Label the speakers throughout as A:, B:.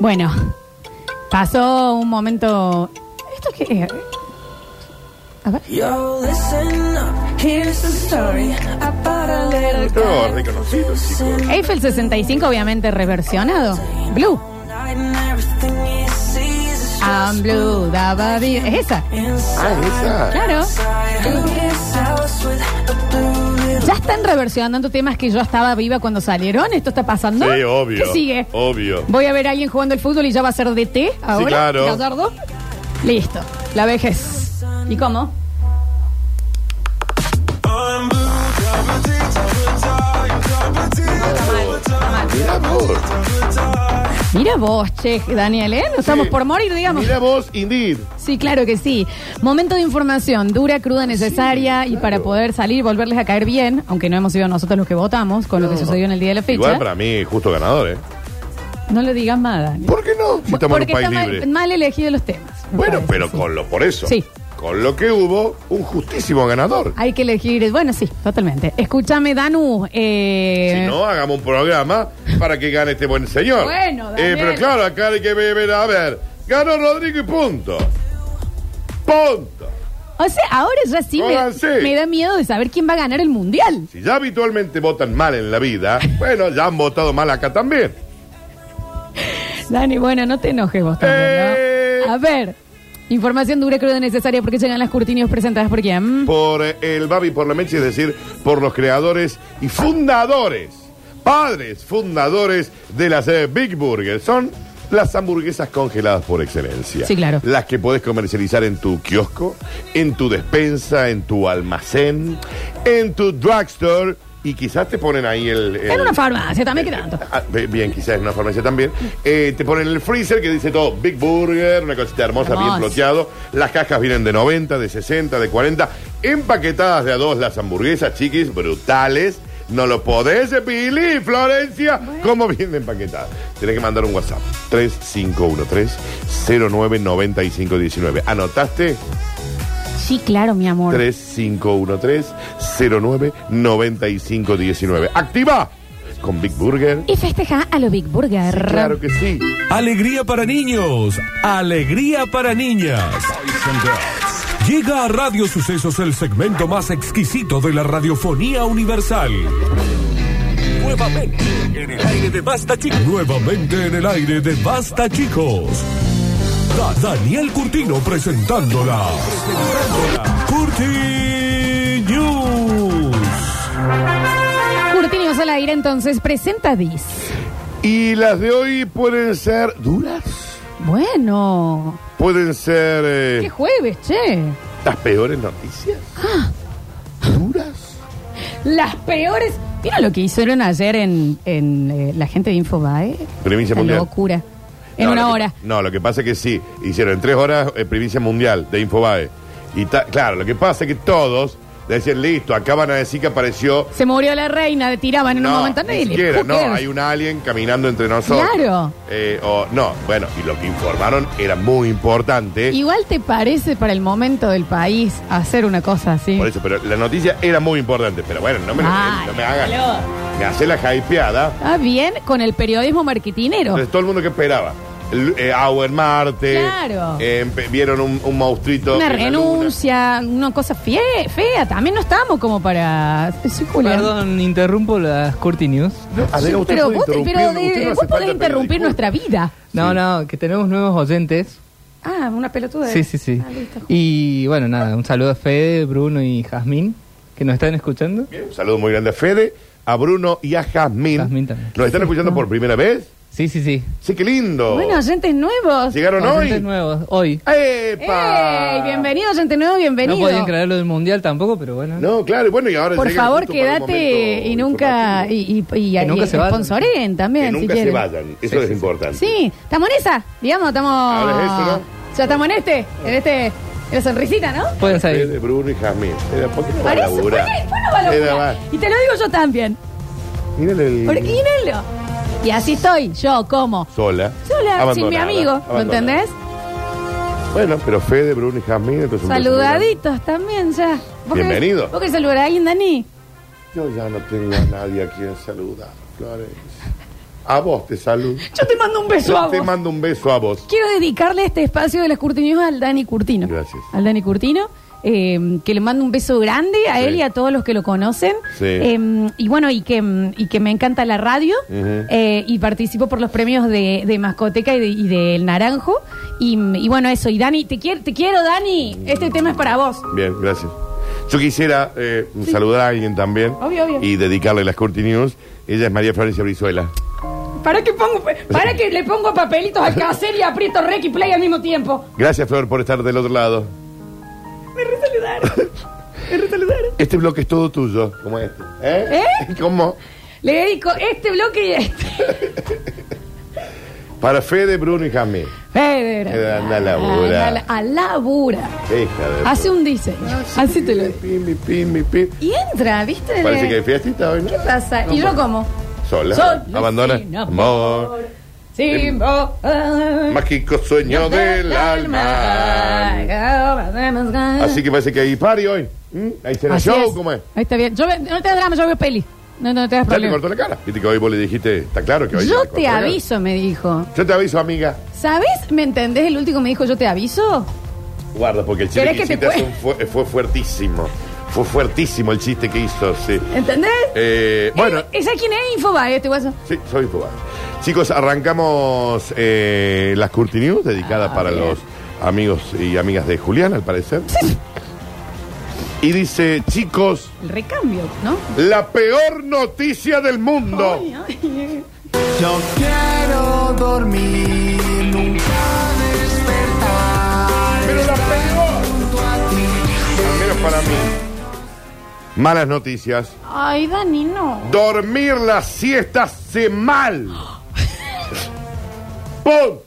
A: Bueno, pasó un momento. ¿Esto qué es? A ver.
B: Yo, listen up, here's the story about a little
C: Yo
A: Oh,
B: guy.
C: reconocido, chicos.
A: Eiffel 65, obviamente reversionado. Blue.
B: Night and everything he sees is
A: I'm
B: just
A: blue, da, ba, di- Es esa.
C: Ah, esa.
A: Claro.
B: inside of his house with a blue little
A: Ya están reversionando temas que yo estaba viva cuando salieron. ¿Esto está pasando?
C: Sí, obvio. Oh.
A: ¿Qué sigue?
C: Obvio.
A: Voy a ver a alguien jugando el fútbol y ya va a ser DT ahora.
C: claro.
A: Gallardo. Listo. La vejez. ¿Y cómo?
C: Mirá vos.
A: Mira vos, che, Daniel, ¿eh? No estamos por morir, digamos.
C: Mirá vos, indeed.
A: Sí, claro que sí. Momento de información dura, cruda, necesaria y para poder salir y volverles a caer bien, aunque no hemos sido nosotros los que votamos con lo que sucedió en el día de la fecha.
C: Igual para mí, justo ganador, ¿eh?
A: No le digas más, Daniel.
C: ¿Por qué no? Si estamos
A: Porque
C: en un
A: está
C: país
A: mal,
C: libre.
A: mal elegido los temas. me
C: Bueno,
A: parece,
C: pero
A: sí.
C: con lo, por eso.
A: Sí.
C: Con lo que hubo, un justísimo ganador.
A: Hay que elegir. Bueno, sí, totalmente. Escúchame, Danu. eh,
C: Si no, hagamos un programa para que gane este buen señor.
A: Bueno,
C: eh,
A: Daniel.
C: Pero claro, acá hay que ver, a ver. Ganó Rodrigo y punto. Punto.
A: O sea, ahora ya sí me,
C: Ahora sí.
A: me da miedo de saber quién va a ganar el mundial.
C: Si ya habitualmente votan mal en la vida, bueno, ya han votado mal acá también.
A: Dani, bueno, no te enojes vos también, ¿no?
C: Eh.
A: A ver, información dura, cruda, necesaria porque llegan las curtinios presentadas por quién.
C: Por eh, el Babi por la Mechi, es decir, por los creadores y fundadores, padres fundadores de las eh, Big Burger. Son las hamburguesas congeladas por excelencia.
A: Sí, claro.
C: Las que podés comercializar en tu kiosco, en tu despensa, en tu almacén, en tu drugstore. Y quizás te ponen ahí el... el-
A: En una farmacia, también que tanto.
C: Ah, be- bien, quizás en una farmacia también. Eh, te ponen el freezer que dice todo, Big Burger, una cosita hermosa,
A: Hermoso.
C: bien floteado. Las cajas vienen de 90, de 60, de 40. Empaquetadas de a dos las hamburguesas, chiquis, brutales. No lo podés, Pili, Florencia. ¿Cómo vienen empaquetadas? Tenés que mandar un WhatsApp. 3513-099519. ¿Anotaste?
A: Sí, claro, mi amor.
C: 3513-099519. ¡Activa! Con Big Burger.
A: Y festeja a lo Big Burger.
C: Claro que sí.
D: Alegría para niños, alegría para niñas. Llega a Radio Sucesos el segmento más exquisito de la radiofonía universal. Nuevamente en el aire de Basta Chicos. Nuevamente en el aire de Basta Chicos. Da- Daniel Curtino presentándola. Curti News.
A: Curtinios al aire, entonces, presenta Dis.
C: Y las de hoy pueden ser duras.
A: Bueno,
C: Pueden ser eh,
A: qué jueves, che.
C: las peores noticias.
A: Ah.
C: Duras.
A: Las peores. Mira lo que hicieron ayer en, en, eh, la gente de Infobae.
C: Primicia
A: Una
C: mundial.
A: locura. En
C: No,
A: una
C: lo que-
A: hora.
C: no, lo que pasa es que sí. Hicieron en tres horas eh, primicia mundial de Infobae. Y ta- claro, lo que pasa es que todos decían, listo, acá van a decir que apareció.
A: Se murió la reina, le tiraban en un momento.
C: ni
A: nadie le-
C: siquiera,
A: who
C: no,
A: cares?
C: hay un alien caminando entre nosotros.
A: Claro.
C: Eh, o, no, bueno, y lo que informaron era muy importante.
A: Igual te parece para el momento del país hacer una cosa así.
C: Por eso, pero la noticia era muy importante. Pero bueno, no me, lo-
A: Ay,
C: no me hagan.
A: déjalo.
C: Me hace la hypeada.
A: Está bien con el periodismo marketinero.
C: Entonces todo el mundo que esperaba. El, eh, Auer Marte.
A: Claro.
C: Eh, empe- vieron un, un maustrito.
A: Una
C: en la
A: renuncia, una cosa fie- fea. También no estamos como para. Sí, Julián.
E: Perdón, interrumpo las Curti News.
C: luna. Ah, Adela,
A: Sí,
C: usted
A: pero
C: puede
A: vos, te-
C: interrumpir-
A: pero de-
C: usted no hace
A: vos podés
C: falta
A: interrumpir
C: pedir
A: nuestra
C: disculpas.
A: vida.
E: No,
C: Sí.
E: no, que tenemos nuevos oyentes.
A: Ah, una pelotuda.
E: Sí, sí, sí.
A: Ah, listo.
E: Y bueno, nada, un saludo a Fede, Bruno y Jazmín, que nos están escuchando.
C: Bien, Un saludo muy grande a Fede, a Bruno y a Jazmín.
E: Jazmín también.
C: ¿Nos están escuchando por primera vez?
E: Sí, sí, sí.
C: Sí, qué lindo.
A: Bueno, oyentes nuevos.
C: Llegaron hoy.
E: Oyentes nuevos, hoy.
C: ¡Epa!
A: ¡Ey! Bienvenido, oyente nuevo, bienvenido.
E: No podían creer lo del mundial tampoco, pero bueno.
C: No, claro, bueno, y ahora
A: Por
C: llegan
A: favor,
C: justo para un
A: quédate
C: momento
A: y nunca.
C: informativo.
A: Y, y, y,
E: Que nunca
A: y
E: se vayan.
A: sponsoren también.
C: Que
A: si
C: nunca se
A: quieren.
C: vayan, eso
E: Sí,
C: es
E: sí, sí.
C: importante.
A: Sí, estamos en esa, digamos, estamos.
C: Ahora es eso,
A: Ya estamos en este, en este, en la sonrisita, ¿no?
E: Pueden salir.
C: Fede, Bruno y Jazmín. Era, ¿Por qué no va a
A: Parece, ¿por
C: laburar?
A: qué? ¿Por qué no va a
C: Era,
A: laburar?
C: va.
A: Y te lo digo yo también.
C: Mírale el...
A: Porque mírenlo. Y así estoy, yo como.
C: Sola.
A: Sola, sin mi
C: abandonada,
A: amigo, ¿me
C: abandonada.
A: entendés?
C: Bueno, pero Fede, Bruno y Jazmín, entonces un beso muy grande.
A: Saludaditos también ya. querés-
C: Bienvenido.
A: ¿Vos querés saludar a alguien, Dani?
C: Yo ya no tengo a nadie a quien saludar, Flores. A vos te saludo.
A: Yo te mando un beso a
C: Te
A: vos.
C: mando un beso a vos.
A: Quiero dedicarle este espacio de las Curtinios al Dani Curtino.
C: Gracias.
A: Al Dani Curtino. eh, que le mando un beso grande a
C: Sí.
A: él y a todos los que lo conocen.
C: Sí.
A: Eh, y bueno, y que, mm, y que me encanta la radio.
C: Ujú.
A: eh, y participo por los premios de, de Mascoteca y de, y de El Naranjo. Y, mm, y bueno, eso. Y Dani, te, quiero te quiero, Dani. Este tema es para vos.
C: Bien, gracias. Yo quisiera eh, saludar a alguien también
A: Obvio, obvio.
C: y dedicarle las Curti News. Ella es María Florencia Brizuela.
A: ¿Para que, pongo, para que le pongo papelitos al caser y aprieto rec y play al mismo tiempo.
C: Gracias, Flor, por estar del otro lado.
A: Me resaludaron. Me resaludaron.
C: Este bloque es todo tuyo, como este. ¿Eh?
A: ¿Eh?
C: ¿Cómo?
A: Le dedico este bloque y este.
C: Para Fede, Bruno y Jamie.
A: Feder.
C: Eh, anda a laburar.
A: Anda A labura.
C: Hija de.
A: Hace un diseño. Así te lo digo.
C: Pim, pim, pim, pim.
A: Y entra, ¿viste?
C: Parece que hay fiestita hoy, ¿no?
A: ¿Qué pasa?
C: No,
A: y yo
C: bueno.
A: como.
C: Sola.
A: Sol,
C: Abandona.
A: sin
C: amor.
A: Sin vos.
C: Mágico sueño del alma. Así que parece que hay party hoy. ¿Mm? Ahí será
A: Así
C: show,
A: es.
C: ¿cómo es?
A: Ahí está bien. Yo ve- no te das drama, yo veo peli. No, no te das
C: Ya te
A: problema.
C: cortó la cara. Viste que hoy vos le dijiste, está claro que hoy.
A: Yo
C: le cortó
A: te
C: la cara.
A: aviso, me dijo.
C: Yo te aviso, amiga.
A: ¿Sabes? ¿Me entendés? El último me dijo, yo te aviso.
C: Guarda, porque el chiste
A: ¿Querés
C: que
A: que
C: hiciste
A: te
C: hace un fue, fue fuertísimo. Fue fuertísimo el chiste que hizo, sí.
A: ¿Entendés?
C: Eh, bueno,
A: Eh, ¿Esa quién es? Infobae, este guaso.
C: sí, soy Fubá. Chicos, arrancamos eh, las Curti News dedicadas
A: Ah,
C: para
A: bien.
C: los amigos y amigas de Julián, al parecer. Y dice, chicos,
A: El recambio, ¿no?
C: la peor noticia del mundo.
A: Ay, ay.
F: Yo quiero dormir, nunca despertar.
C: Pero la peor. Al menos para mí. Malas noticias.
A: Ay, Dani, no.
C: Dormir la siesta hace mal. ¡Pum!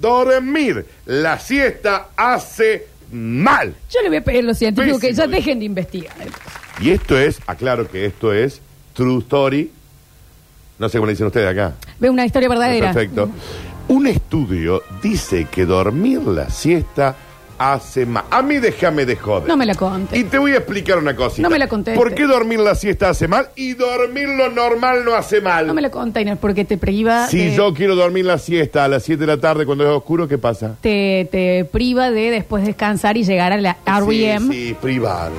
C: Dormir la siesta hace mal.
A: Yo le voy a pedir a los científicos que
C: Pésimo,
A: ya
C: dice.
A: dejen de investigar.
C: Y esto es, aclaro que esto es True Story. No sé cómo le dicen ustedes acá.
A: Ve una historia verdadera.
C: Perfecto. Un estudio dice que dormir la siesta hace mal. A mí déjame de joder.
A: No me la contes.
C: Y te voy a explicar una cosita.
A: No me la contestes.
C: ¿Por qué dormir la siesta hace mal y dormir lo normal no hace mal?
A: No me la container porque te priva.
C: Si
A: de-
C: yo quiero dormir la siesta a las 7 de la tarde cuando es oscuro, ¿qué pasa?
A: Te, te priva de después descansar y llegar a la REM,
C: Sí, sí, privar.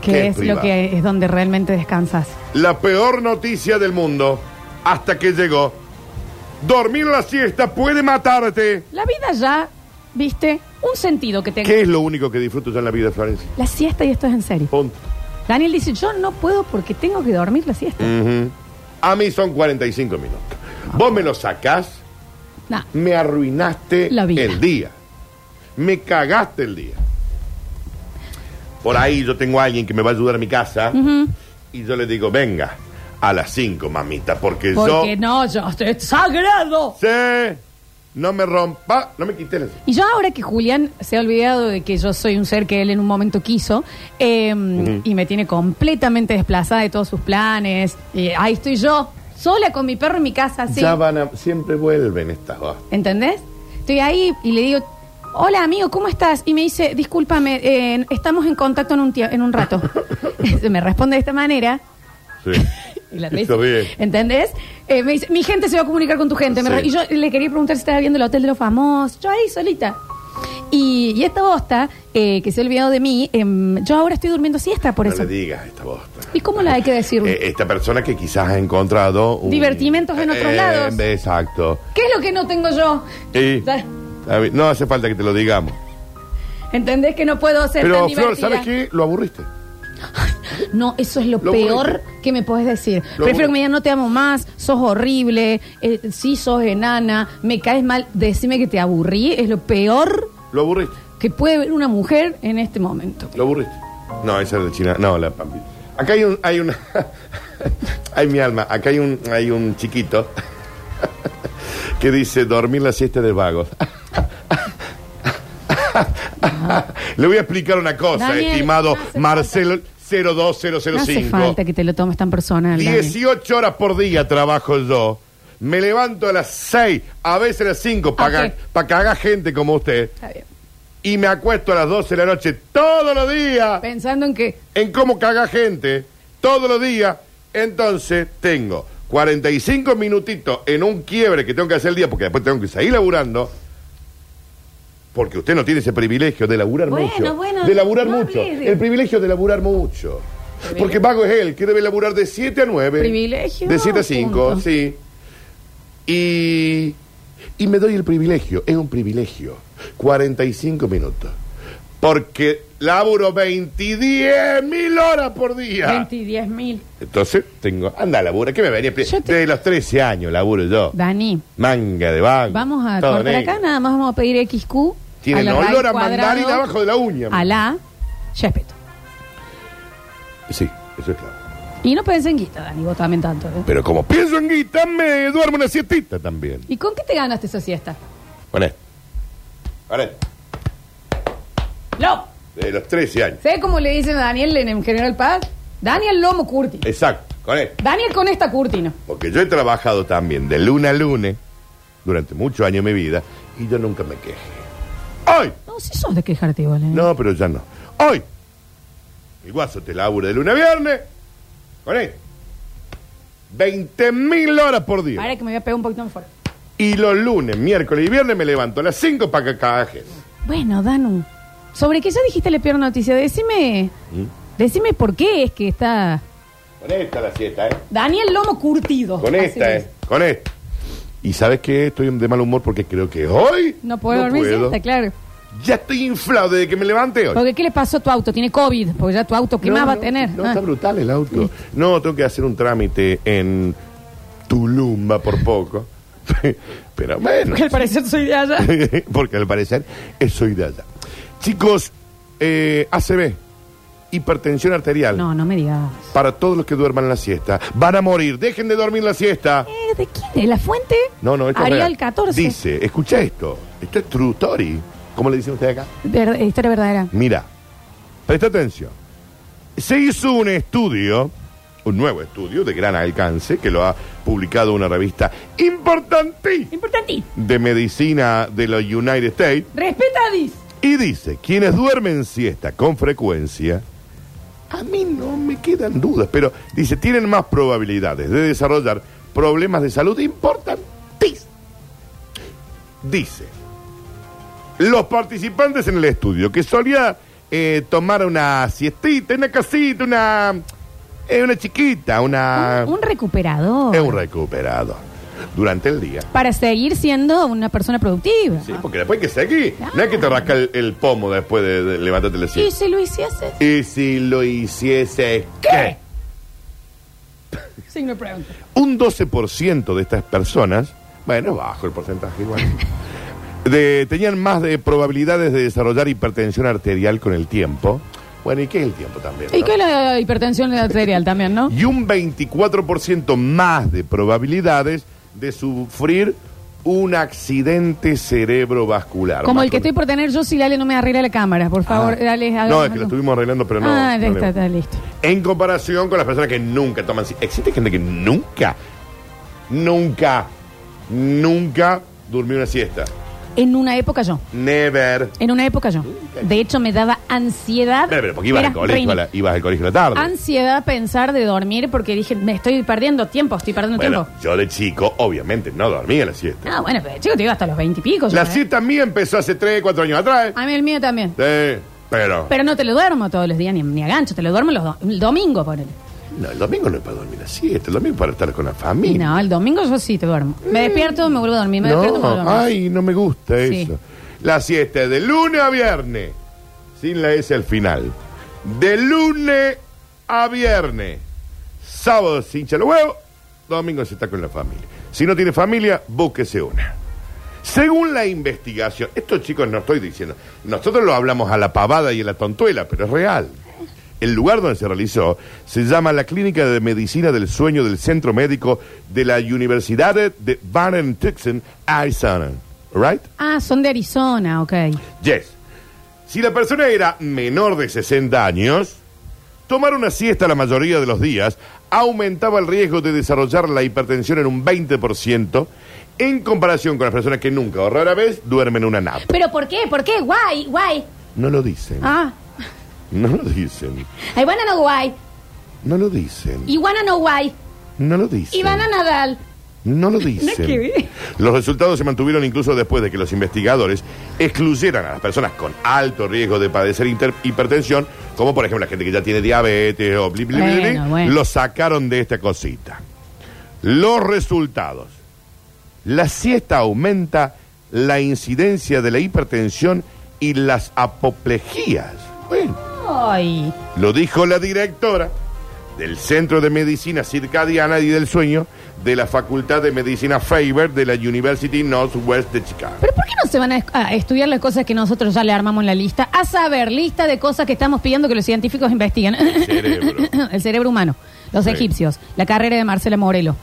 C: ¿Qué
A: que es
C: privar?
A: lo que es donde realmente descansas.
C: La peor noticia del mundo, hasta que llegó. Dormir la siesta puede matarte.
A: La vida ya, viste, un sentido que tenga.
C: ¿Qué es lo único que disfruto yo en la vida, Florencia?
A: La siesta, y esto es en serio.
C: Punto.
A: Daniel dice: Yo no puedo porque tengo que dormir la siesta.
C: Ujú. A mí son 45 minutos. Vos me lo sacás,
A: Nah.
C: me arruinaste
A: La vida.
C: el día. Me cagaste el día. Por ahí yo tengo a alguien que me va a ayudar a mi casa y yo le digo, venga, a las 5, mamita, porque,
A: Porque
C: yo...
A: no, yo estoy sagrado.
C: Sí, no me rompa, no me quites la...
A: Y yo ahora que Julián se ha olvidado de que yo soy un ser que él en un momento quiso eh, y me tiene completamente desplazada de todos sus planes, eh, ahí estoy yo, sola con mi perro en mi casa, así.
C: Ya van a... Siempre vuelven estas dos.
A: ¿Entendés? Estoy ahí y le digo, hola amigo, ¿cómo estás? Y me dice, discúlpame, eh, estamos en contacto en un, tie- en un rato. me responde de esta manera.
C: Sí.
A: Y la
C: Está bien.
A: ¿Entendés? Eh, me dice, mi gente se va a comunicar con tu gente. Me
C: Sí.
A: re- Y yo le quería preguntar si estaba viendo el Hotel de los Famosos. Yo ahí solita. Y, y esta bosta, eh, que se ha olvidado de mí, em, yo ahora estoy durmiendo siesta por
C: no
A: eso.
C: le digas esta bosta.
A: ¿Y cómo la hay que decir?
C: Eh, esta persona que quizás ha encontrado... un- Eh,
A: Divertimentos en otros lados.
C: Exacto.
A: ¿Qué es lo que no tengo yo?
C: Y-
A: Ya,
C: A ver, No hace falta que te lo digamos.
A: ¿Entendés que no puedo ser tan
C: Pero,
A: divertida?
C: Flor, ¿sabes qué? Lo aburriste.
A: No, eso es lo,
C: Lo
A: peor
C: aburriste.
A: que me puedes decir.
C: Lo
A: Prefiero que
C: aburriste.
A: me digan, no te amo más, sos horrible, eh, sí sos enana, me caes mal, decime que te aburrí, es lo peor
C: Lo aburriste.
A: que puede ver una mujer en este momento.
C: Lo aburriste. No, esa es de China. No, la Pampi. Acá hay un. Hay una. Ay, mi alma. Acá hay un, hay un chiquito que dice: dormir la siesta de vagos. Le voy a explicar una cosa,
A: Daniel,
C: estimado
A: no hace
C: Marcelo
A: No hace
C: 02005.
A: falta que te lo tomes tan personal. Dani.
C: 18 horas por día trabajo yo. Me levanto a las 6, a veces a las 5, para
A: Ok.
C: cagar gente como usted.
A: Está bien.
C: Y me acuesto a las 12 de la noche todos los días
A: Pensando en que
C: en cómo caga gente todos los días. Entonces tengo 45 minutitos en un quiebre que tengo que hacer el día porque después tengo que seguir laburando. Porque usted no tiene ese privilegio de laburar
A: Bueno,
C: mucho.
A: bueno,
C: de laburar
A: no
C: mucho.
A: hables de-
C: El privilegio de laburar mucho. Porque vago es él, que debe laburar de 7 a 9.
A: Privilegio,
C: De 7 a 5,
A: punto.
C: sí. Y, y me doy el privilegio, es un privilegio. 45 minutos. Porque laburo 20 mil horas por día.
A: 20 y 10 mil.
C: Entonces tengo, anda labura, ¿qué me venía?
A: Yo te-
C: Desde los 13 años laburo yo.
A: Dani,
C: Manga de banco.
A: vamos a
C: todo
A: cortar
C: negro.
A: acá, nada más vamos a pedir XQ.
C: Tienen
A: a la
C: olor
A: raíz
C: a mandarina
A: cuadrado,
C: abajo de la uña.
A: A la respeto.
C: Sí, eso es claro.
A: Y no pensé en guita, Dani, vos también tanto. ¿eh?
C: Pero como pienso en guita, me duermo una siestita también.
A: ¿Y con qué te ganaste esa siesta?
C: Con esto. Con esto.
A: ¡No!
C: Desde los 13 años.
A: ¿Sabes cómo le dicen a Daniel en el General Paz? Daniel Lomo Curti.
C: Exacto, con esto.
A: Daniel con esta Curti, ¿no?
C: Porque yo he trabajado también de luna a lunes durante muchos años de mi vida y yo nunca me quejé. ¡Hoy!
A: No, si sos de quejarte igual, ¿eh?
C: No, pero ya no. ¡Hoy! El guaso te labura de lunes a viernes. Con él. 20 mil horas por día.
A: Ahora que me voy a pegar un poquito más fuerte.
C: Y los lunes, miércoles y viernes me levanto a las 5 para que caje.
A: Bueno, Danu, sobre que ya dijiste la peor noticia, decime.
C: ¿Mm?
A: Decime por qué es que está.
C: Con esta la siesta, ¿eh?
A: Daniel Lomo curtido.
C: Con
A: Así
C: esta,
A: es.
C: ¿eh? Con esta. Y sabes que estoy de mal humor porque creo que hoy.
A: No puedo dormir
C: puedo.
A: siesta, claro.
C: Ya estoy inflado desde que me levanté hoy.
A: Porque ¿qué le pasó a tu auto? Tiene COVID, porque ya tu auto, ¿qué
C: No,
A: más va a
C: no,
A: tener?
C: No,
A: Ah.
C: está brutal el auto. No, tengo que hacer un trámite en Tulum, va por poco. Pero bueno,
A: Porque al parecer soy de allá.
C: porque al parecer eh, soy de allá. Chicos, eh, ACB, hipertensión arterial.
A: No, no me digas.
C: Para todos los que duerman la siesta, van a morir. Dejen de dormir la siesta.
A: Eh, ¿De quién? ¿De la fuente?
C: No, no, esto es
A: Arial
C: real.
A: 14.
C: Dice, escucha esto. Esto es true story. ¿Cómo le dicen ustedes acá?
A: Ver- historia verdadera.
C: Mira, presta atención. Se hizo un estudio, un nuevo estudio de gran alcance, que lo ha publicado una revista importante
A: Importante.
C: de medicina de los United States,
A: Respeta a Dis.
C: y dice, quienes duermen siesta con frecuencia, a mí no me quedan dudas, pero dice, tienen más probabilidades de desarrollar problemas de salud importantísimos. Dice, los participantes en el estudio que solía eh, tomar una siestita, una casita, una, eh, una chiquita, una...
A: Un, un recuperador.
C: es un recuperado durante el día.
A: Para seguir siendo una persona productiva.
C: Sí, porque después hay que seguir. No es que te rasca el, el pomo después de, de levantarte la siesta.
A: ¿Y si lo hicieses?
C: ¿Y si lo hiciese
A: ¿Qué? Signo de pregunta.
C: Un 12% de estas personas, bueno, bajo el porcentaje igual, de- tenían más de probabilidades de desarrollar hipertensión arterial con el tiempo. Bueno, ¿y qué es el tiempo también?
A: Y
C: no?
A: que la hipertensión arterial también, ¿no?
C: Y un 24% más de probabilidades de sufrir un accidente cerebrovascular.
A: Como
C: Más
A: el que
C: con-
A: estoy por tener yo si Dale no me arregla la cámara, por favor,
C: Ah.
A: Dale.
C: No,
A: hagamos
C: es que lo
A: algo.
C: estuvimos arreglando, pero no.
A: Ah,
C: no
A: ya está,
C: le-
A: está listo.
C: En comparación con las personas que nunca toman si- ¿Existe gente que nunca, nunca, nunca durmió una siesta?
A: En una época yo.
C: Never.
A: En una época yo. De hecho, me daba ansiedad.
C: Pero, pero, porque ibas
A: Era
C: al, colegio
A: Rini.
C: a la, ibas al colegio a la tarde.
A: Ansiedad pensar de dormir porque dije, me estoy perdiendo tiempo, estoy perdiendo
C: bueno,
A: tiempo.
C: yo de chico, obviamente, no dormía la siesta.
A: Ah, bueno, pero chico, te iba hasta los 20 y pico. yo,
C: La
A: ¿eh?
C: siesta mía empezó hace 3, 4 años atrás.
A: A mí el mío también.
C: Sí, pero...
A: Pero no te lo duermo todos los días, ni, ni a gancho, te lo duermo los do- el domingo, ponele.
C: No, el domingo no es para dormir la siesta, el domingo es para estar con la
A: Y
C: familia.
A: no, el domingo yo sí te duermo. Me despierto, me vuelvo a dormir, me despierto, me vuelvo a dormir.
C: ay, no me gusta
A: Sí.
C: eso. La siesta es de lunes a viernes, sin la S al final. De lunes a viernes. Sábado se hincha el huevo, domingo se está con la familia. Si no tiene familia, búsquese una. Según la investigación, estos chicos no estoy diciendo, nosotros lo hablamos a la pavada y a la tontuela, pero es real. El lugar donde se realizó se llama la Clínica de Medicina del Sueño del Centro Médico de la Universidad de Baden Tuxen, Arizona. Right?
A: Ah, son de Arizona, ok.
C: Yes. Si la persona era menor de 60 años, tomar una siesta la mayoría de los días aumentaba el riesgo de desarrollar la hipertensión en un 20% en comparación con las personas que nunca o rara vez duermen una nap.
A: ¿Pero por qué? ¿Por qué? Guay, guay.
C: No lo dicen.
A: Ah,
C: No lo dicen.
A: I wanna know why.
C: No lo dicen.
A: You wanna know why.
C: No lo dice.
A: Iván Nadal.
C: No lo dicen.
A: Nada que ver.
C: Los resultados se mantuvieron incluso después de que los investigadores excluyeran a las personas con alto riesgo de padecer inter- hipertensión, como por ejemplo la gente que ya tiene diabetes o bli, bli, bli,
A: Bueno,
C: bli,
A: bueno.
C: los sacaron de esta cosita. Los resultados. La siesta aumenta la incidencia de la hipertensión y las apoplejías. Bueno.
A: Ay.
C: Lo dijo la directora del Centro de Medicina Circadiana y del Sueño de la Facultad de Medicina Faber de la University Northwest de Chicago.
A: ¿Pero por qué no se van a, esc- a estudiar las cosas que nosotros ya le armamos en la lista? A saber, lista de cosas que estamos pidiendo que los científicos investiguen. El
C: cerebro.
A: El cerebro humano. Los
C: Sí.
A: egipcios. La carrera de Marcela Morelo.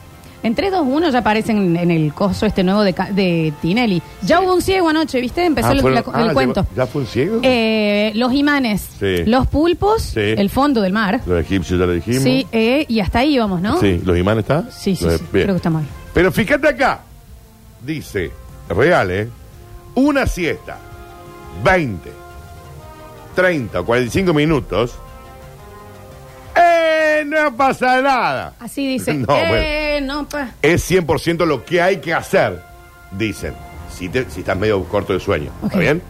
A: En 3, 2, 1 ya aparecen en el coso este nuevo de, ca- de Tinelli. Ya hubo un ciego anoche, ¿viste? Empezó
C: Ah,
A: el,
C: fueron-
A: la-
C: ah,
A: el
C: llegó-
A: cuento.
C: ¿Ya fue un ciego?
A: Eh, los imanes.
C: Sí.
A: Los pulpos.
C: Sí.
A: El fondo del mar.
C: Los egipcios ya lo dijimos.
A: Sí, eh, y hasta ahí íbamos, ¿no?
C: Sí, los imanes están.
A: Sí, sí,
C: Los-
A: sí,
C: bien.
A: creo que estamos ahí.
C: Pero fíjate acá. Dice, real, ¿eh? Una siesta, 20, 30 o 45 minutos. ¡Eh! No pasa nada.
A: Así dicen.
C: No, bueno.
A: eh, no, pa.
C: es 100% lo que hay que hacer, dicen, si, te- si estás medio corto de sueño. ¿Está
A: Ok.
C: bien?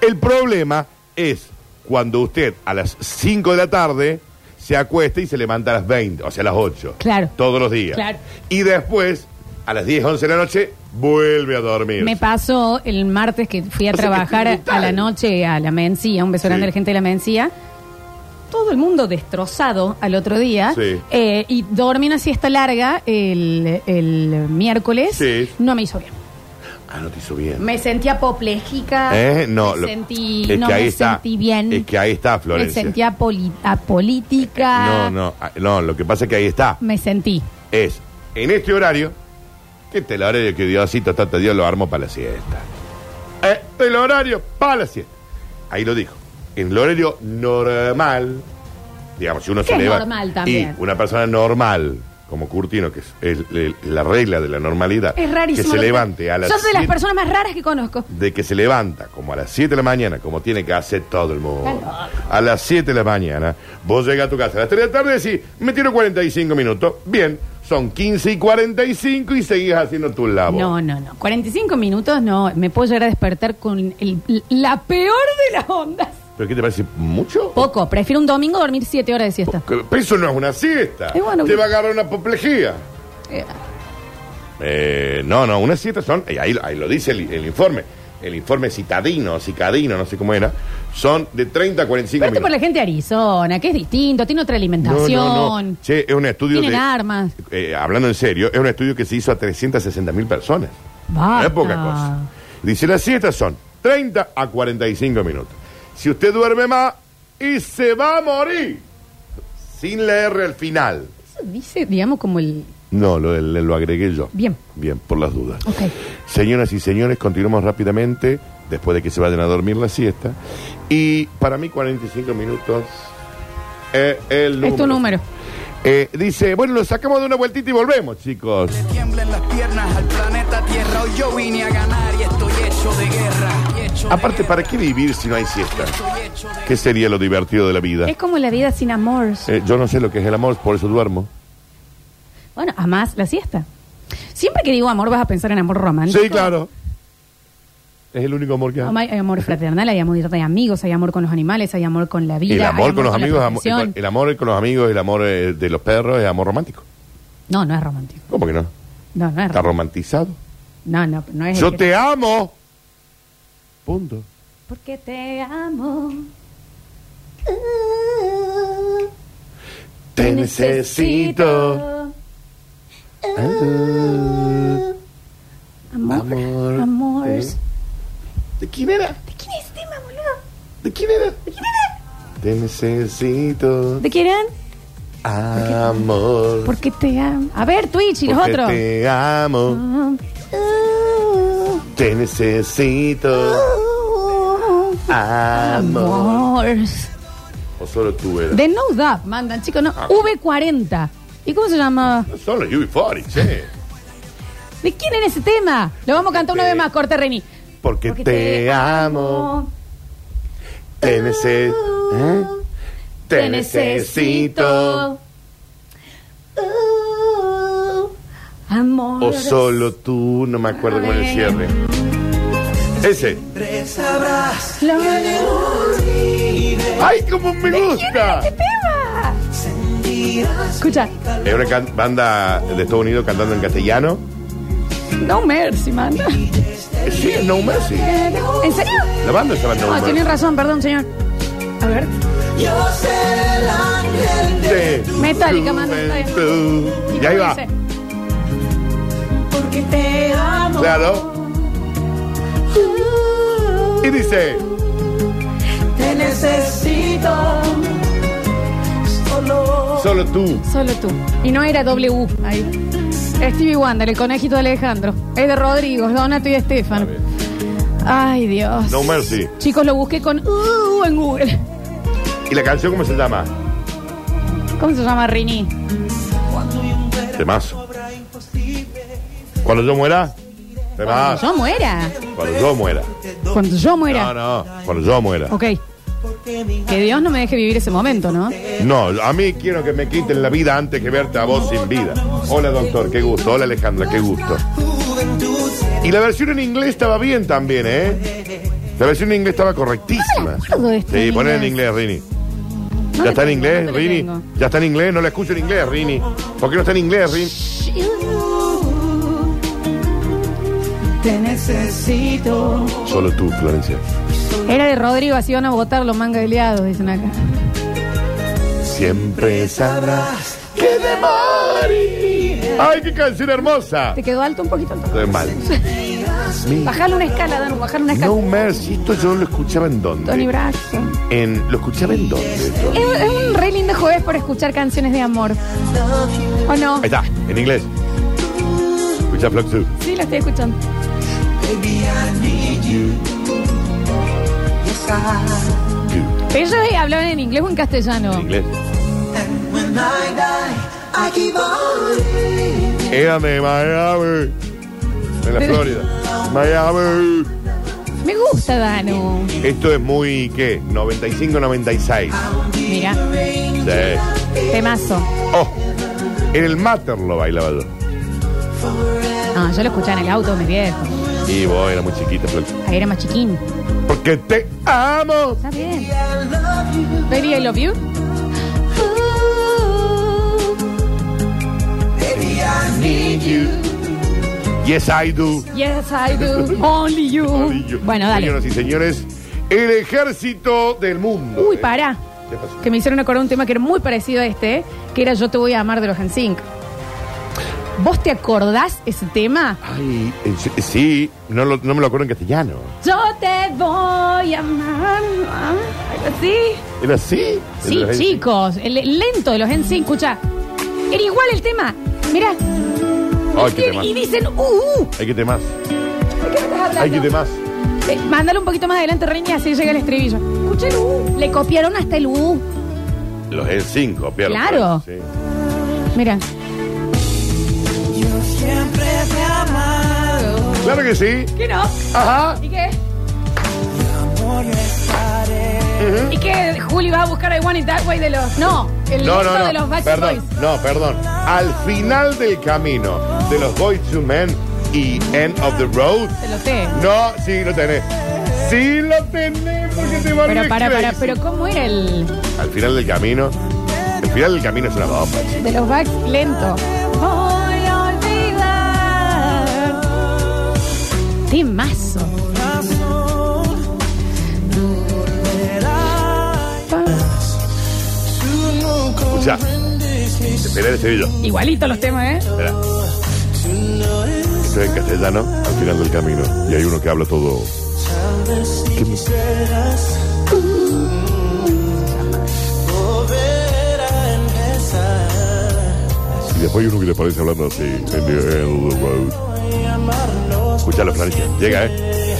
C: El problema es cuando usted a las 5 de la tarde se acuesta y se levanta a las 20, o sea, a las 8.
A: Claro.
C: Todos los días.
A: Claro.
C: Y después, a las 10, 11 de la noche, vuelve a dormir.
A: Me pasó el martes que fui a
C: O sea,
A: trabajar
C: es brutal.
A: a la noche a la Mencía, un beso
C: Sí.
A: grande a la gente de la Mencía. Todo el mundo destrozado al otro día.
C: Sí.
A: Eh, y dormí una siesta larga el, el miércoles.
C: Sí.
A: No me hizo bien.
C: Ah, no te hizo bien.
A: Me sentí apopléjica.
C: ¿Eh? No,
A: me
C: lo-
A: sentí,
C: es
A: no
C: que ahí
A: me
C: está.
A: sentí bien.
C: Es que ahí está,
A: me
C: Florencia.
A: sentí apoli- apolítica.
C: no, no, ah, no, lo que pasa es que ahí está.
A: Me sentí.
C: es en este horario, que este es el horario que Diosito Tata Dios lo armó para la siesta. Este es el horario para la siesta. Ahí lo dijo. En el horario normal, digamos, si uno se
A: Que es
C: eleva.
A: normal también.
C: Y una persona normal, como Curtino, que es el- el- la regla de la normalidad,
A: Es rarísimo.
C: que
A: lo
C: se levante a las
A: Sos de las
C: siete-
A: personas más raras que conozco.
C: de que se levanta como a las 7 de la mañana, como tiene que hacer todo el mundo. A las 7 de la mañana, vos llegas a tu casa a las 3 de la tarde y decís, me tiro 45 minutos. Bien, son 15 y 45 y seguís haciendo tu labor.
A: No, no, no. 45 minutos no. Me puedo llegar a despertar con el- la peor de las ondas.
C: ¿Pero qué te parece? ¿Mucho?
A: Poco. Prefiero un domingo dormir 7 horas de siesta.
C: Pero Eso no es una siesta.
A: Y bueno,
C: te va a agarrar una apoplejía.
A: Eh,
C: Eh, no, no, una siesta son, eh, ahí, ahí lo dice el, el informe, el informe citadino, cicadino, no sé cómo era, son de 30 a 45
A: Pero esto por la
C: minutos.
A: gente de Arizona, que es distinto, tiene otra
C: No,
A: alimentación.
C: no, no. Che, es un estudio
A: Tienen
C: de...
A: armas.
C: eh, hablando en serio, es un estudio que se hizo a 360 mil personas.
A: Basta.
C: No es poca cosa. Dice, las siestas son 30 a 45 minutos. Si usted duerme más, y se va a morir. Sin la R al final.
A: Eso dice, digamos, como el.
C: No, lo, lo- lo agregué yo.
A: Bien.
C: Bien, por las dudas.
A: Ok.
C: Señoras y señores, continuamos rápidamente después de que se vayan a dormir la siesta. Y para mí 45 minutos es el número.
A: Es tu número.
C: Eh, dice, bueno, lo sacamos de una vueltita y volvemos, chicos.
G: Tiemblen las piernas al planeta Tierra. Hoy yo vine a ganar y estoy hecho de guerra. Hecho de
C: Aparte, ¿para qué vivir si no hay siesta? ¿Qué sería lo divertido de la vida?
A: Es como la vida sin amor.
C: Eh, yo no sé lo que es el amor, por eso duermo.
A: Bueno, amás la siesta. Siempre que digo amor, vas a pensar en amor romántico.
C: Sí, claro. Es el único amor que hay.
A: Am- Hay amor fraternal, hay amor de amigos, hay amor con los animales, hay amor con la vida.
C: El
A: hay
C: amor con los
A: la
C: amigos, amor-
A: profesión.
C: el amor con los amigos, el amor eh, de los perros es amor romántico.
A: No, no es romántico.
C: ¿Cómo que no?
A: No, no es romántico.
C: Está romantizado.
A: No, no, no es. el
C: Yo
A: que-
C: te amo. Punto.
A: Porque te amo.
C: Te necesito. Ah,
A: Amor,
C: Amor.
A: amor.
C: Eh. ¿De quién era?
A: ¿De quién es este tema, boludo?
C: ¿De quién era?
A: ¿De quién era?
C: Te necesito.
A: ¿De quién eran?
C: Amor.
A: Porque te amo. A ver, Twitch y los
C: porque
A: otros.
C: Te amo.
A: Ah, ah,
C: Te necesito.
A: ah,
C: Amor.
A: uh, Amor.
C: O solo tú eras.
A: De No Doubt, mandan, chicos, no.
C: Ah.
A: V40. ¿Y cómo se llama?
C: No Solo UB40, che.
A: ¿De quién era ese tema? Lo vamos a cantar una
C: Te-
A: vez más, corta Reni.
C: Porque, te amo. Te ¿eh? necesito. Te necesito. Uh, O solo tú, no me acuerdo con el cierre. Ese. ¡Ay, cómo me gusta!
A: este Escucha,
C: Es una can- banda de Estados Unidos cantando en castellano.
A: no mercy, man.
C: Eh, Sí, es No Mercy.
A: ¿En serio?
C: La banda se llama No
A: No,
C: Mercy.
A: tienen razón, perdón, señor. A ver.
C: De
A: Metallica, man,
C: tú,
A: está bien.
C: tú. Y ahí va.
A: Dice,
C: Claro. Y dice. Solo tú.
A: Solo tú. Y no era W ahí. Stevie Wonder, el conejito de Alejandro. Es de Rodrigo, es Donato y Estefan. Ay, Dios.
C: No Mercy.
A: Chicos, lo busqué con uh, en Google.
C: ¿Y la canción cómo se llama?
A: ¿Cómo se llama Rini?
C: Temazo. Cuando yo muera. Temazo.
A: Yo muera.
C: Cuando yo muera.
A: Cuando yo muera.
C: No, no. Cuando yo muera.
A: Ok. Que Dios no me deje vivir ese momento, ¿no?
C: No, a mí quiero que me quiten la vida antes que verte a vos sin vida. Hola doctor, qué gusto. Hola Alejandra, qué gusto. Y la versión en inglés estaba bien también, ¿eh? La versión en inglés estaba
A: me
C: correctísima.
A: acuerdo de esta
C: Sí,
A: en
C: poner en
A: inglés.
C: inglés, Rini.
A: No
C: ¿Ya
A: le
C: está en
A: tengo,
C: inglés,
A: no te le
C: Rini?
A: tengo.
C: ¿Ya está en inglés? No la escucho en inglés, Rini. ¿Por qué no está en inglés, Rini? Solo tú, Florencia.
A: Era de Rodrigo, así van a votar los mangas de liados, dicen acá.
C: Siempre sabrás que de morir. ¡Ay, qué canción hermosa!
A: ¿Te quedó alto un poquito? alto?
C: Estoy mal.
A: Bajale una escala, Danu, bajale una escala.
C: No Mercy, esto yo lo escuchaba en
A: Tony
C: dónde.
A: Braxton.
C: En, ¿Lo escuchaba en dónde? esto?
A: Es, es un re lindo jueves para escuchar canciones de amor. ¿O no?
C: Ahí está, en inglés. Escucha Flock 2.
A: Sí, la estoy escuchando. Ellos eh, hablaban en inglés o en
C: En
A: castellano.
C: inglés. Era de Miami. De la Florida. Miami.
A: Me gusta, Danu.
C: Esto es muy, ¿qué? 95-96.
A: Mira,
C: Sí.
A: temazo.
C: Oh, en el Mater lo bailaba yo.
A: Ah, yo lo escuchaba en el auto, mi viejo.
C: Y vos era muy chiquita, Flock.
A: Ahí era más chiquín.
C: Porque te amo.
A: Está bien. Baby, I love you.
C: Yes, I do.
A: Yes, I do. Only you.
C: Maravillo.
A: Bueno, dale.
C: Señoras y señores, el ejército del mundo.
A: Uy,
C: ¿eh?
A: pará.
C: ¿Qué pasó?
A: Que me hicieron acordar un tema que era muy parecido a este, ¿eh? que era Yo te voy a amar de los Hansink. ¿Vos te acordás ese tema?
C: Ay, eh, sí, sí, no, lo- no me lo acuerdo en castellano.
A: Yo te voy a amar. ¿ah? Algo así.
C: ¿Era así?
A: Sí,
C: Era así.
A: chicos. El el lento de los Hansink, escucha. Era igual el tema. Mirá.
C: Ay, qué
A: Y-
C: temas.
A: y dicen, uh, uh.
C: Hay que temas.
A: ¿Por qué me estás hablando?
C: Hay que temas.
A: Eh, Mándalo un poquito más adelante, Reña, así llega el estribillo. Escucha el U. Le copiaron hasta el uh. U.
C: Los en 5, pierdo.
A: Claro.
C: Sí.
A: Mira.
C: Claro que sí.
A: ¿Qué no?
C: Ajá.
A: ¿Y qué? ¿Y qué? Juli va a buscar a I Want It That Way de los... No, el
C: No,
A: no,
C: no, no.
A: de los Backstreet
C: perdón,
A: Boys.
C: no, perdón. Al final del camino de los Boys to Men y End of the Road.
A: Te lo sé.
C: No, sí lo tenés. Sí lo tenés porque te va a
A: Pero para, para,
C: crazy.
A: pero ¿cómo era el
C: Al final del camino. El final del camino es una bomba.
A: de los backs lento? Voy a olvidar. Temazo.
C: Escucha. Espera el estribillo.
A: Igualito los temas, ¿eh?
C: Espera. Esto es en castellano, al final del camino. Y hay uno que habla todo. ¿Qué? Y después hay uno que le parece hablando así. en the end of the road. Escuchalo, Florencia. Llega, ¿eh?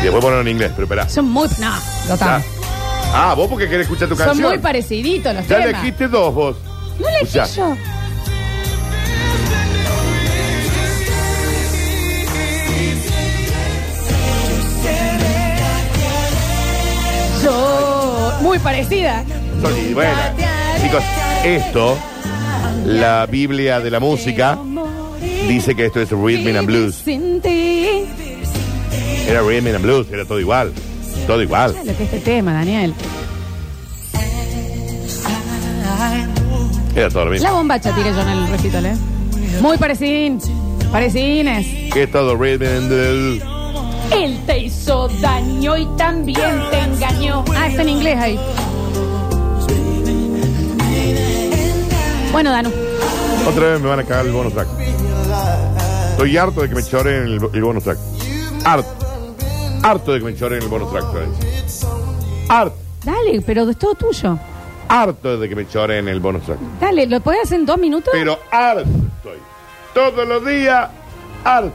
C: Y después ponerlo en inglés, pero espera.
A: Son muy... No, lo
C: Ya.
A: tamo.
C: Ah, vos porque querés escuchar tu
A: Son
C: canción.
A: muy pareciditos los
C: Ya
A: temas.
C: elegiste dos vos.
A: No le
C: Escuchá.
A: dije yo. muy parecida.
C: Son- y bueno, chicos, esto, la Biblia de la música, dice que esto es Rhythm and Blues.
A: Sin ti.
C: Era Rhythm and Blues, era todo igual. Todo igual.
A: Lo que es este tema, Daniel.
C: Era todo
A: La
C: lo mismo.
A: bombacha tiré yo en el recital, ¿eh? Muy parecín. Parecines.
C: Que es todo Rhythm and Blues.
A: Él te hizo daño y también te engañó. Ah, está en inglés ahí. Bueno, Danu.
C: Otra vez me van a cagar el bonus track. Estoy harto de que me choren el, el bonus track. Harto. Harto de que me choren el bonus track. ¿sabes? Harto.
A: Dale, pero es todo tuyo.
C: Harto de que me choren el bonus track.
A: Dale, ¿lo puedes hacer en dos minutos?
C: Pero harto estoy. Todos los días, harto.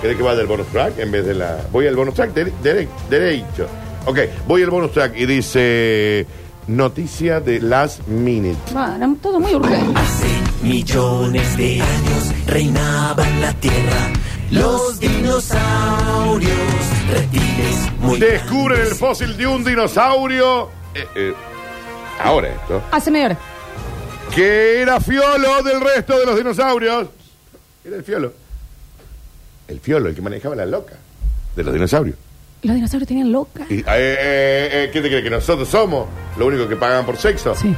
C: ¿Querés que vaya al bonus track en vez de la. Voy al bonus track dere- dere- derecho. Ok, voy al bonus track y dice. Noticia de last minute.
A: Bueno, todo muy urgente.
H: Millones de años reinaban la tierra. Los dinosaurios, reptiles muy
C: Descubren el fósil de un dinosaurio. eh, eh, ahora esto.
A: Hace media hora.
C: Que era fiolo del resto de los dinosaurios. Era el fiolo. El fiolo, el que manejaba la loca de los dinosaurios.
A: Los dinosaurios tenían loca.
C: Y, eh, eh, eh, ¿Qué te crees? ¿Que nosotros somos lo único que pagan por sexo?
A: Sí,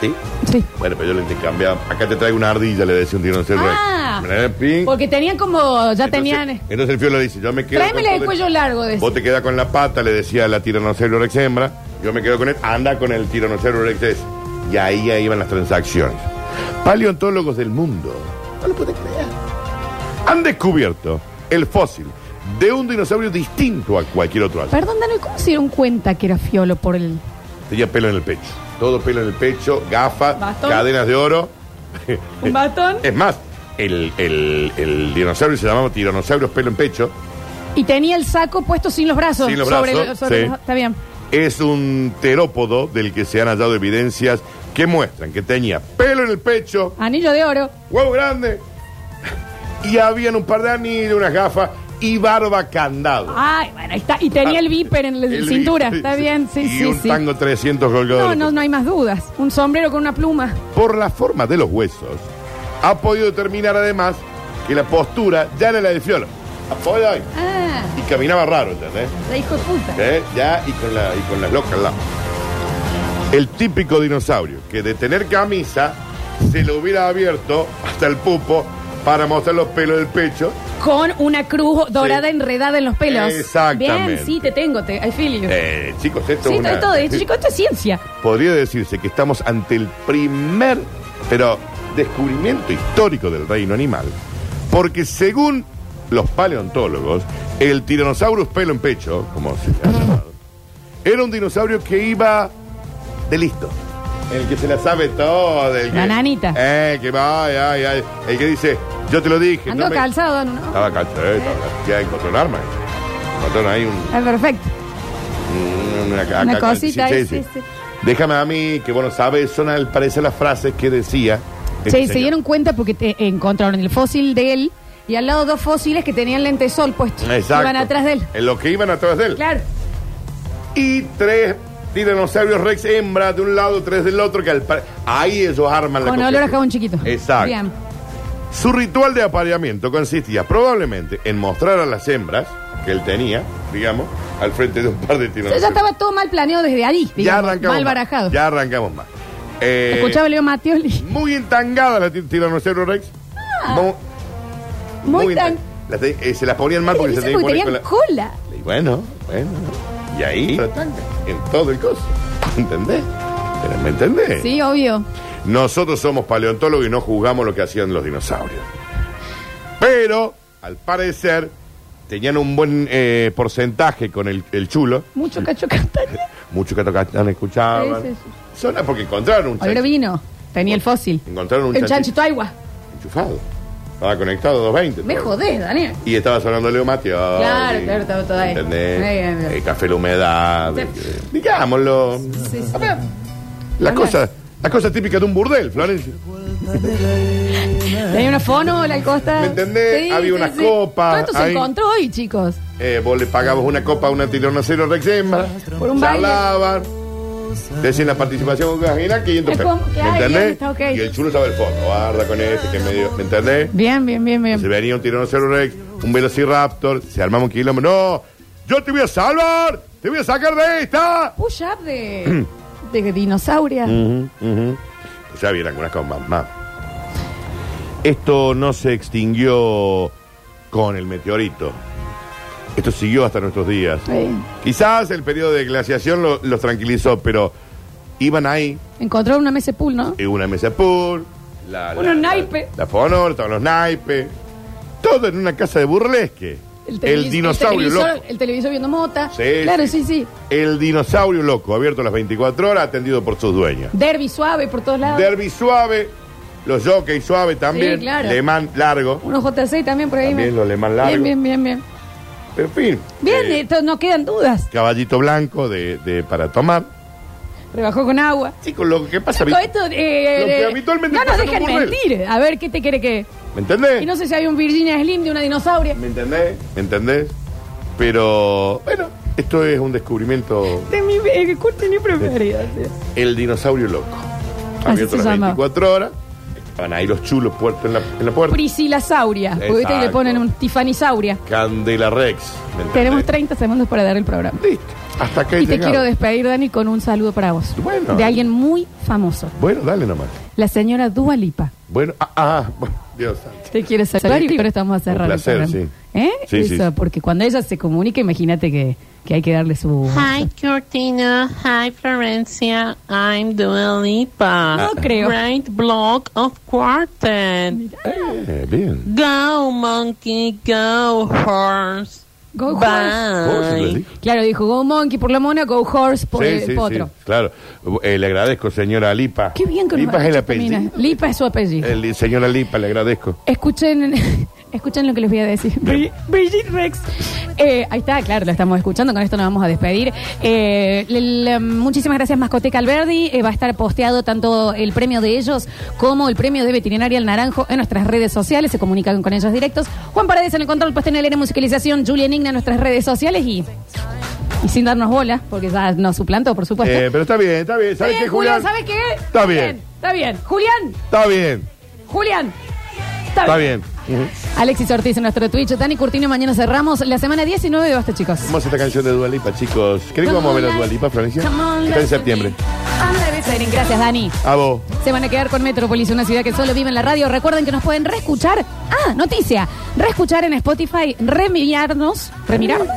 C: ¿Sí?
A: sí.
C: Bueno, pero yo lo intercambiaba. Acá te traigo una ardilla, le decía un dinosaurio.
A: Ah.
C: Me la pin.
A: Porque tenían como, ya
C: Entonces-
A: tenían... eh.
C: Entonces el fiolo le dice, yo me quedo
A: Tráemele
C: con
A: el
C: todo
A: cuello largo de
C: Vos te quedas con la pata, le decía la tiranosaurio rex hembra. Yo me quedo con él, anda con el tiranosaurio rex. ese. Y ahí, ahí iban las transacciones. Paleontólogos del mundo, no lo puedes creer, han descubierto el fósil de un dinosaurio distinto a cualquier otro. animal.
A: Perdón, Daniel, ¿cómo se dieron cuenta que era fiolo por el...?
C: Tenía pelo en el pecho. Todo pelo en el pecho, gafas,
A: Bastón.
C: cadenas de oro.
A: ¿Un batón?
C: Es más, el, el- el dinosaurio se llamaba Tiranosaurus pelo en pecho.
A: Y tenía el saco puesto sin los brazos.
C: Sin los
A: sobre
C: brazos,
A: el- sobre
C: sí.
A: los- está bien.
C: Es un terópodo del que se han hallado evidencias que muestran que tenía pelo en el pecho,
A: Anillo de oro.
C: huevo grande, y habían un par de anillos, unas gafas y barba candado. Ah,
A: Ay, bueno, ahí está. Y tenía el viper en la
C: El
A: cintura.
C: bíceps.
A: Está bien, sí,
C: y
A: sí,
C: un
A: sí.
C: tango 300 colgado.
A: No,
C: del
A: no, no hay más dudas. Un sombrero con una pluma.
C: por la forma de los huesos, ha podido determinar además que la postura ya era la del fiolo. Apoyo ahí.
A: Ah,
C: Y caminaba raro, ¿entendés?
A: la hijo de puta.
C: ¿Eh? Ya y con, la, y con las locas al lado. El típico dinosaurio que de tener camisa se lo hubiera abierto hasta el pupo para mostrar los pelos del pecho.
A: Con una cruz dorada
C: Sí.
A: enredada en los pelos.
C: Exactamente.
A: Bien, sí, te tengo, te, I feel you.
C: Eh, chicos, esto
A: sí,
C: es una-
A: todo, todo esto, chicos, esto es ciencia.
C: Podría decirse que estamos ante el primer, pero descubrimiento histórico del reino animal, porque según los paleontólogos, el Tyrannosaurus pelo en pecho, como se ha llamado, era un dinosaurio que iba de listo. El que se la sabe todo. El que,
A: La nanita.
C: Eh, el que va, ay, ay, ay, el que dice, yo te lo dije.
A: Ando
C: no me-
A: calzado, ¿no?
C: Estaba calzado, eh, estaba calzado. Ya encontró un arma. eh. Encontró ahí un,
A: Ah, perfecto.
C: una, ca-
A: Una
C: ca- ca-
A: cosita,
C: sí,
A: ahí,
C: sí,
A: sí, sí.
C: sí. Déjame a mí, que bueno, sabes, son al parecer las frases que decía. este
A: Sí, se
C: señor.
A: dieron cuenta porque te- encontraron el fósil de él y al lado dos fósiles que tenían lente de sol puesto.
C: Exacto.
A: Iban atrás de él.
C: En lo que iban atrás de él.
A: Claro.
C: Y tres tiranosaurios rex hembra de un lado, tres del otro, que al pare- ahí ellos arman
A: Con
C: la
A: olor a
C: coqueta.
A: jabón chiquito.
C: Exacto.
A: Bien.
C: Su ritual de apareamiento consistía probablemente en mostrar a las hembras que él tenía, digamos, al frente de un par de
A: O sea, ya
C: tiranosaurios.
A: estaba todo mal planeado desde ahí.
C: ya
A: digamos,
C: arrancamos.
A: Mal
C: más.
A: barajado.
C: Ya arrancamos más. Eh,
A: Escuchaba a Leo Matioli.
C: Muy entangada la tir- Tiranosaurio Rex. Mu-
A: Ah, muy tan-
C: entan- la te- eh, se las ponían mal porque se
A: Porque
C: tenían que poner con
A: tenían
C: la-
A: cola.
C: Y bueno, bueno. Y ahí la tanga, en todo el coso. ¿Entendés? Pero, ¿Me entendés?
A: Sí, obvio.
C: Nosotros somos paleontólogos y no juzgamos lo que hacían los dinosaurios. Pero, al parecer, tenían un buen eh, porcentaje con el, el chulo.
A: Mucho cacho castaña.
C: Muchos que tocaban, escuchaban.
A: Sí, sí,
C: Son las porque encontraron un
A: Ahora
C: chancho
A: vino. Tenía el fósil.
C: Encontraron un
A: El
C: chanchito.
A: chanchito agua.
C: enchufado. Estaba conectado a 220.
A: Me
C: todo.
A: jodés, Daniel.
C: Y estaba sonando Leo Mateo.
A: Claro, claro, estaba todo ahí.
C: ¿Entendés?
A: Ahí, ahí, ahí.
C: El café La Humedad.
A: Sí.
C: eh, Digámoslo.
A: Sí, sí.
C: A ver, las cosas La cosa típica de un burdel, Florencia.
A: Tenía una fonola al costado.
C: ¿Me entendés? Había una copa,
A: ¿Cuánto se
C: ahí.
A: encontró hoy, chicos?
C: Eh, vos le pagabas una copa a una tironacero Rex hembra.
A: Por un baile.
C: charlaban, Decían la participación con Gajina, 500
A: Es
C: pesos.
A: como que,
C: ¿Me
A: ay, bien,
C: entendés?
A: está ok.
C: Y el chulo estaba el fondo. Guarda con este que medio. ¿Me entendés?
A: Bien, bien, bien,
C: Se
A: bien.
C: venía un tironacero Rex, un velociraptor, se armaba un kilómetro. ¡No! ¡Yo te voy a salvar! ¡Te voy a sacar de esta!
A: Push up de, de dinosauria.
C: Ujú, ujú. Pues Ya había algunas cosas más, más. Esto no se extinguió con el meteorito. Esto siguió hasta nuestros días.
A: Sí.
C: Quizás el periodo de glaciación lo- los tranquilizó, pero iban ahí
A: Encontró una mesa de pool, ¿no?
C: eh, una mesa de pool, la,
A: Unos
C: la-
A: naipes.
C: la, la fonor, todos los naipes, todo en una casa de burlesque. El,
A: televis-
C: dinosaurio
A: el televisor,
C: loco.
A: el televisor viendo mota.
C: Sí,
A: claro,
C: sí.
A: sí, sí.
C: El dinosaurio loco, abierto las 24 horas, atendido por sus dueños.
A: Derby suave por todos lados.
C: Derby suave, los jockeys suave también,
A: Ah. Sí, claro.
C: Lemán largo.
A: Unos JC también por ahí.
C: También los alemán largos.
A: Bien, bien, bien, bien.
C: Pero, en fin,
A: Bien,
C: eh,
A: esto no quedan dudas.
C: caballito blanco de, de- para tomar.
A: Rebajó con agua.
C: Chicos, lo que pasa...
A: Todo
C: vi-
A: esto, eh,
C: Lo que
A: eh,
C: habitualmente
A: no nos
C: pasa Eh. en un
A: dejan
C: burdel.
A: mentir. A ver, ¿qué te quiere que...?
C: ¿Me entendés?
A: Y no sé si hay un Virginia Slim de una dinosauria.
C: ¿Me entendés? ¿Me entendés? Pero, bueno, esto es un descubrimiento.
A: De mi eh, corte ni preferida. sí.
C: El dinosaurio loco.
A: Así
C: Abierto
A: se
C: las
A: llama.
C: 24 horas. Estaban ahí los chulos puertos en la, en la puerta.
A: Priscilasauria. Porque viste que le
C: Exacto.
A: ponen un Tifanisauria.
C: Candela Rex. ¿me entendés?
A: Tenemos 30 segundos para dar el programa.
C: Listo. Hasta acá he
A: Y te
C: llegado.
A: quiero despedir, Dani, con un saludo para vos.
C: Bueno.
A: De alguien muy famoso.
C: Bueno, dale nomás.
A: La señora Dua Lipa.
C: Bueno, ah, ah, bueno, Dios santo.
A: Te quiere saludar y ahora estamos a cerrar.
C: Un placer,
A: el programa. ¿Eh?
C: Sí,
A: Eso,
C: sí.
A: porque cuando ella se comunica, imagínate que, que hay que darle su...
I: Hi, Cortina. Hi, Florencia. I'm Dua Lipa.
A: No creo.
I: Great block of quartet.
A: Ah.
C: Eh, bien.
I: Go, monkey, go, horse.
A: Go horse.
C: Horse, le
I: Bye.
C: dijo.
A: Claro, dijo Go Monkey por la mona, Go Horse por el potro.
C: Claro. Eh, le agradezco, señora Lipa.
A: Qué bien que nos
C: Lipa es el apellido.
A: mina. Lipa es su apellido.
C: El- señora Lipa, le agradezco.
A: Escuchen, escuchen lo que les voy a decir. Bri- Brigitte Rex. Eh, ahí está, claro, lo estamos escuchando. Con esto nos vamos a despedir. Eh, le- le- muchísimas gracias, Mascoteca Alberdi. Eh, va a estar posteado tanto el premio de ellos como el premio de Veterinaria El Naranjo en nuestras redes sociales. Se comunican con ellos directos. Juan Paredes en el control, puesta en el aire, musicalización. Julian Igna en nuestras redes sociales y, y sin darnos bola, porque ya nos suplantó, por supuesto.
C: Eh, pero está bien, está bien.
A: Está
C: ¿Sabes
A: bien,
C: qué, Julián?
A: ¿Sabes qué?
C: Está bien.
A: Está bien. Julián,
C: Está bien.
A: Julián.
C: Está bien. Ujú.
A: Alexis Ortiz en nuestro Twitch. Dani Curtino, mañana cerramos la semana 19 de Basta, chicos.
C: Vamos a esta canción de Dualipa, chicos. ¿Creen que vamos a ver a Dualipa, Florencia?
A: Come on,
C: Está en
A: let's-
C: septiembre.
A: I'm the listening. Gracias, Dani.
C: A vos.
A: Se van a quedar con Metrópolis, una ciudad que solo vive en la radio. Recuerden que nos pueden reescuchar. Ah, noticia. Reescuchar en Spotify, remirarnos, remirarnos,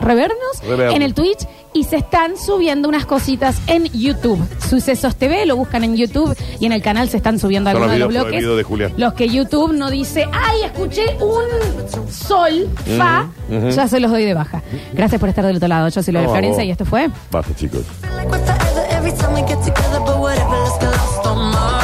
A: revernos
C: ¿Eh? Revernos.
A: en el Twitch. Y se están subiendo unas cositas en YouTube. Sucesos TV lo buscan en YouTube y en el canal se están subiendo
C: Son los
A: algunos de los
C: videos
A: bloques.
C: prohibidos de Julián.
A: Los que YouTube no dice, ay, escuché un sol, fa, ya se los doy de baja. Gracias por estar del otro lado. Yo soy lo de
C: No, a
A: Florencia
C: vos.
A: y esto fue.
C: Basta, chicos.
B: Like we're forever every time we get together, but whatever, let's get lost on Mars.